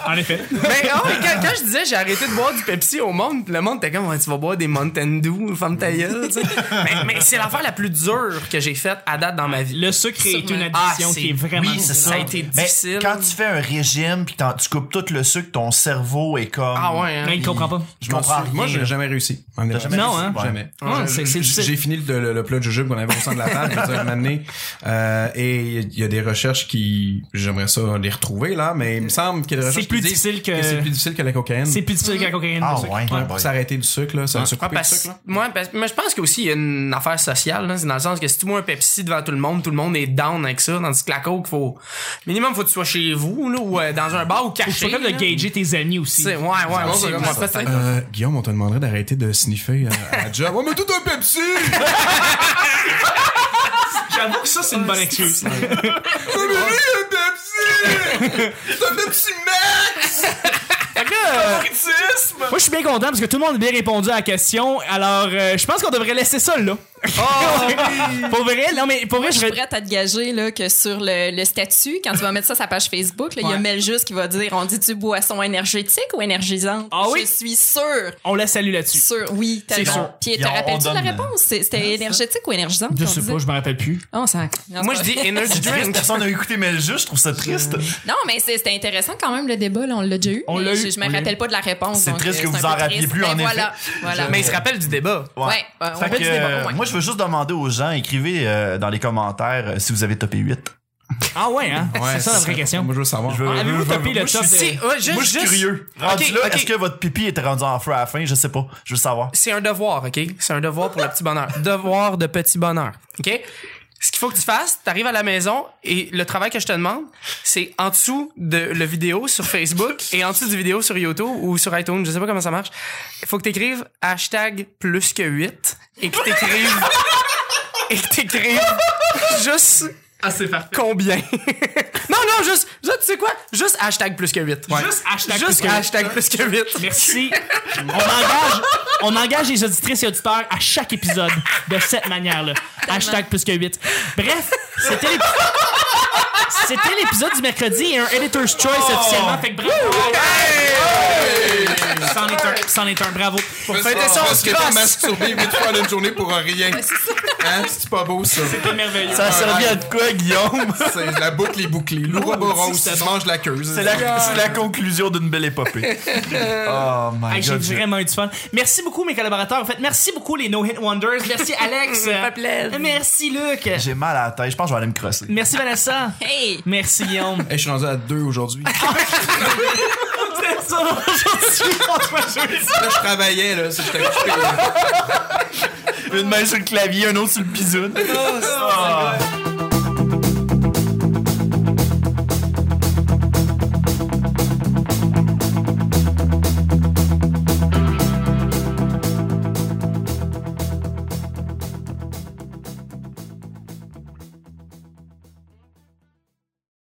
[SPEAKER 1] En effet.
[SPEAKER 2] Mais ah ouais, quand, quand je disais j'ai arrêté de boire du Pepsi au monde, le monde était comme Ouais, tu vas boire des Mountain Dew, femme ta gueule, tu sais. Mais, mais c'est l'affaire la plus dure que j'ai faite à date dans ma vie.
[SPEAKER 1] Le sucre est une
[SPEAKER 2] Ah,
[SPEAKER 1] addiction
[SPEAKER 2] c'est-
[SPEAKER 1] qui est vraiment.
[SPEAKER 5] Oui, c'est ça.
[SPEAKER 2] Ça a été
[SPEAKER 5] Mais
[SPEAKER 2] difficile.
[SPEAKER 5] quand tu fais un régime puis t'en- tu coupes tout le sucre, ton cerveau est comme.
[SPEAKER 2] Ah ouais, hein.
[SPEAKER 1] Mais il comprend pas.
[SPEAKER 5] Je comprends rien.
[SPEAKER 4] Moi, j'ai
[SPEAKER 5] là.
[SPEAKER 4] jamais réussi.
[SPEAKER 5] jamais
[SPEAKER 1] Non, réussi? hein?
[SPEAKER 4] Jamais.
[SPEAKER 1] Ouais,
[SPEAKER 4] Je-
[SPEAKER 1] c'est- c'est
[SPEAKER 4] j-
[SPEAKER 1] difficile.
[SPEAKER 4] J'ai fini le, le, le plat de jujube qu'on avait au centre de la table, je veux dire, un moment donné. Euh, et il y a- il y, a des recherches qui, j'aimerais ça les retrouver, là, mais il me semble qu'il y a des
[SPEAKER 1] C'est
[SPEAKER 4] recherches
[SPEAKER 1] plus
[SPEAKER 4] qui disent
[SPEAKER 1] difficile que-
[SPEAKER 4] c'est plus difficile que la cocaïne.
[SPEAKER 1] C'est plus difficile que la cocaïne.
[SPEAKER 5] Ah
[SPEAKER 1] le sucre.
[SPEAKER 5] ouais, ouais.
[SPEAKER 4] Pour s'arrêter du sucre, là. Ça se
[SPEAKER 2] Ouais,
[SPEAKER 4] couper du
[SPEAKER 2] parce-
[SPEAKER 4] sucre, là.
[SPEAKER 2] ouais, parce- mais je pense qu'il aussi il y a une affaire sociale, là. c'est dans le sens que si tu bois un Pepsi devant tout le monde, tout le monde est down avec ça, tandis que la coke, faut minimum faut que tu sois chez vous là, ou euh, dans un bar ou
[SPEAKER 1] Je
[SPEAKER 2] caché.
[SPEAKER 1] suis capable de
[SPEAKER 2] là.
[SPEAKER 1] gager tes amis
[SPEAKER 2] Tu
[SPEAKER 1] aussi.
[SPEAKER 2] sais, Ouais, ouais, ouais,
[SPEAKER 4] c'est
[SPEAKER 2] c'est-
[SPEAKER 4] comme
[SPEAKER 2] ouais,
[SPEAKER 4] ça,
[SPEAKER 2] peut-être.
[SPEAKER 4] Euh, Guillaume, on te demanderait d'arrêter de sniffer à, à job. Oh, mais tout un Pepsi!
[SPEAKER 1] J'avoue que ça, c'est une bonne excuse.
[SPEAKER 4] Oh, mais lui, un Pepsi! C'est un Pepsi Max!
[SPEAKER 2] Fait que là, euh,
[SPEAKER 1] Moi, je suis bien content parce que tout le monde a bien répondu à la question. Alors, euh, je pense qu'on devrait laisser ça là. pour vrai, non, mais pour vrai,
[SPEAKER 3] Je
[SPEAKER 1] je
[SPEAKER 3] suis
[SPEAKER 1] vais.
[SPEAKER 3] prête à te gager là, que sur le, le statut, quand tu vas mettre ça sur sa page Facebook, là, il y a
[SPEAKER 2] Ouais.
[SPEAKER 3] Meljus qui va dire on dit-tu boisson énergétique ou énergisante
[SPEAKER 1] Ah oui?
[SPEAKER 3] Je suis sûre.
[SPEAKER 1] On la salue là-dessus.
[SPEAKER 3] Sûre, oui, tellement.
[SPEAKER 1] sûr.
[SPEAKER 3] Puis te
[SPEAKER 5] Et on-
[SPEAKER 3] rappelles-tu
[SPEAKER 5] on
[SPEAKER 3] la
[SPEAKER 5] donne-
[SPEAKER 3] réponse C'est- C'était énergétique ou énergisante
[SPEAKER 1] Je
[SPEAKER 3] qu'on
[SPEAKER 1] sais
[SPEAKER 3] disait?
[SPEAKER 1] pas, je me rappelle plus.
[SPEAKER 3] Oh, ça... non,
[SPEAKER 2] moi je
[SPEAKER 3] c'est
[SPEAKER 2] dis
[SPEAKER 3] pas-
[SPEAKER 2] energy
[SPEAKER 5] Triste,
[SPEAKER 2] drink.
[SPEAKER 5] personne n'a écouté mais juste, je trouve ça triste.
[SPEAKER 3] Non, mais c'est- c'était intéressant quand même le débat, là, on l'a déjà eu.
[SPEAKER 1] On
[SPEAKER 3] mais
[SPEAKER 1] l'a eu,
[SPEAKER 3] Je, je me
[SPEAKER 1] on l'a
[SPEAKER 3] rappelle pas de la réponse.
[SPEAKER 5] C'est
[SPEAKER 3] donc,
[SPEAKER 5] triste
[SPEAKER 3] euh,
[SPEAKER 5] que
[SPEAKER 3] c'est
[SPEAKER 5] vous
[SPEAKER 3] un
[SPEAKER 5] en
[SPEAKER 3] peu
[SPEAKER 5] rappeliez
[SPEAKER 3] triste.
[SPEAKER 5] plus,
[SPEAKER 3] Ben
[SPEAKER 5] en effet.
[SPEAKER 3] voilà, Voilà.
[SPEAKER 2] Mais il se rappelle du débat.
[SPEAKER 5] Ouais.
[SPEAKER 3] Ouais, ouais, on
[SPEAKER 5] Fait
[SPEAKER 3] fait
[SPEAKER 5] que,
[SPEAKER 3] du débat,
[SPEAKER 5] euh,
[SPEAKER 3] ouais.
[SPEAKER 5] moi, je veux juste demander aux gens, écrivez euh, dans les commentaires euh, si vous avez topé 8.
[SPEAKER 1] Ah ouais, hein? c'est ça la vraie
[SPEAKER 4] serait-
[SPEAKER 1] question.
[SPEAKER 4] Moi, je veux savoir.
[SPEAKER 5] Je veux-
[SPEAKER 1] Avez-vous topé le top?
[SPEAKER 2] C'est
[SPEAKER 1] de-
[SPEAKER 2] ouais, juste-
[SPEAKER 5] Moi, je suis
[SPEAKER 2] juste-
[SPEAKER 5] curieux. Rendu
[SPEAKER 2] Ok,
[SPEAKER 5] là,
[SPEAKER 2] ok.
[SPEAKER 5] est-ce que votre pipi était rendu en feu à la fin? Je sais pas. Je veux savoir.
[SPEAKER 2] c'est un devoir, OK? C'est un devoir pour le petit bonheur. Devoir de petit bonheur, OK? Ce qu'il faut que tu fasses, t'arrives à la maison et le travail que je te demande, c'est en dessous de la vidéo sur Facebook et en dessous du vidéo sur YouTube ou sur iTunes, je sais pas comment ça marche. Il faut que t'écrives hashtag plus que 8 et que t'écrives et que t'écrives juste
[SPEAKER 1] Ah, c'est parfait.
[SPEAKER 2] combien. non, non, juste, juste, tu sais quoi? Juste hashtag plus que 8.
[SPEAKER 1] Juste hashtag
[SPEAKER 2] Juste
[SPEAKER 1] plus que huit.
[SPEAKER 2] hashtag plus que 8.
[SPEAKER 1] Merci. On engage, on engage les auditrices et auditeurs à chaque épisode de cette manière-là. Hashtag plus que 8. Bref, c'était l'épi- c'était l'épisode du mercredi et un Editor's Choice
[SPEAKER 5] Oh.
[SPEAKER 1] officiellement. Fait que bravo. C'en est un. C'en est un. Bravo.
[SPEAKER 2] fêter ça, on
[SPEAKER 4] Parce
[SPEAKER 2] se
[SPEAKER 4] que t'as
[SPEAKER 2] crosse.
[SPEAKER 4] masturbé 8 fois en une journée pour rien. Hein? C'est pas beau, ça.
[SPEAKER 1] C'était merveilleux.
[SPEAKER 5] Ça a servi à de quoi, Guillaume?
[SPEAKER 4] C'est la boucle est bouclée. L'ouroboros,
[SPEAKER 1] c'est
[SPEAKER 4] tu
[SPEAKER 1] bon.
[SPEAKER 4] manges la queue.
[SPEAKER 5] C'est la, c'est la conclusion d'une belle épopée. Oh my
[SPEAKER 1] Hey, J'ai
[SPEAKER 5] god. j'ai-
[SPEAKER 1] vraiment eu du fun. Merci beaucoup, mes collaborateurs. En fait, merci beaucoup, les No Hit Wonders. Merci, Alex.
[SPEAKER 2] fait plaisir.
[SPEAKER 1] Merci, Luc.
[SPEAKER 5] J'ai mal à la tête. Je pense que je vais aller me crosser.
[SPEAKER 1] Merci, Vanessa.
[SPEAKER 3] Hey!
[SPEAKER 1] Merci, Guillaume.
[SPEAKER 4] Hey, je suis rendu à 2 aujourd'hui.
[SPEAKER 1] C'était ça, aujourd'hui. On se voit jeudi.
[SPEAKER 4] Là, je travaillais, là. J'étais occupé. là.
[SPEAKER 5] Une main sur le clavier, une autre sur le bisoun.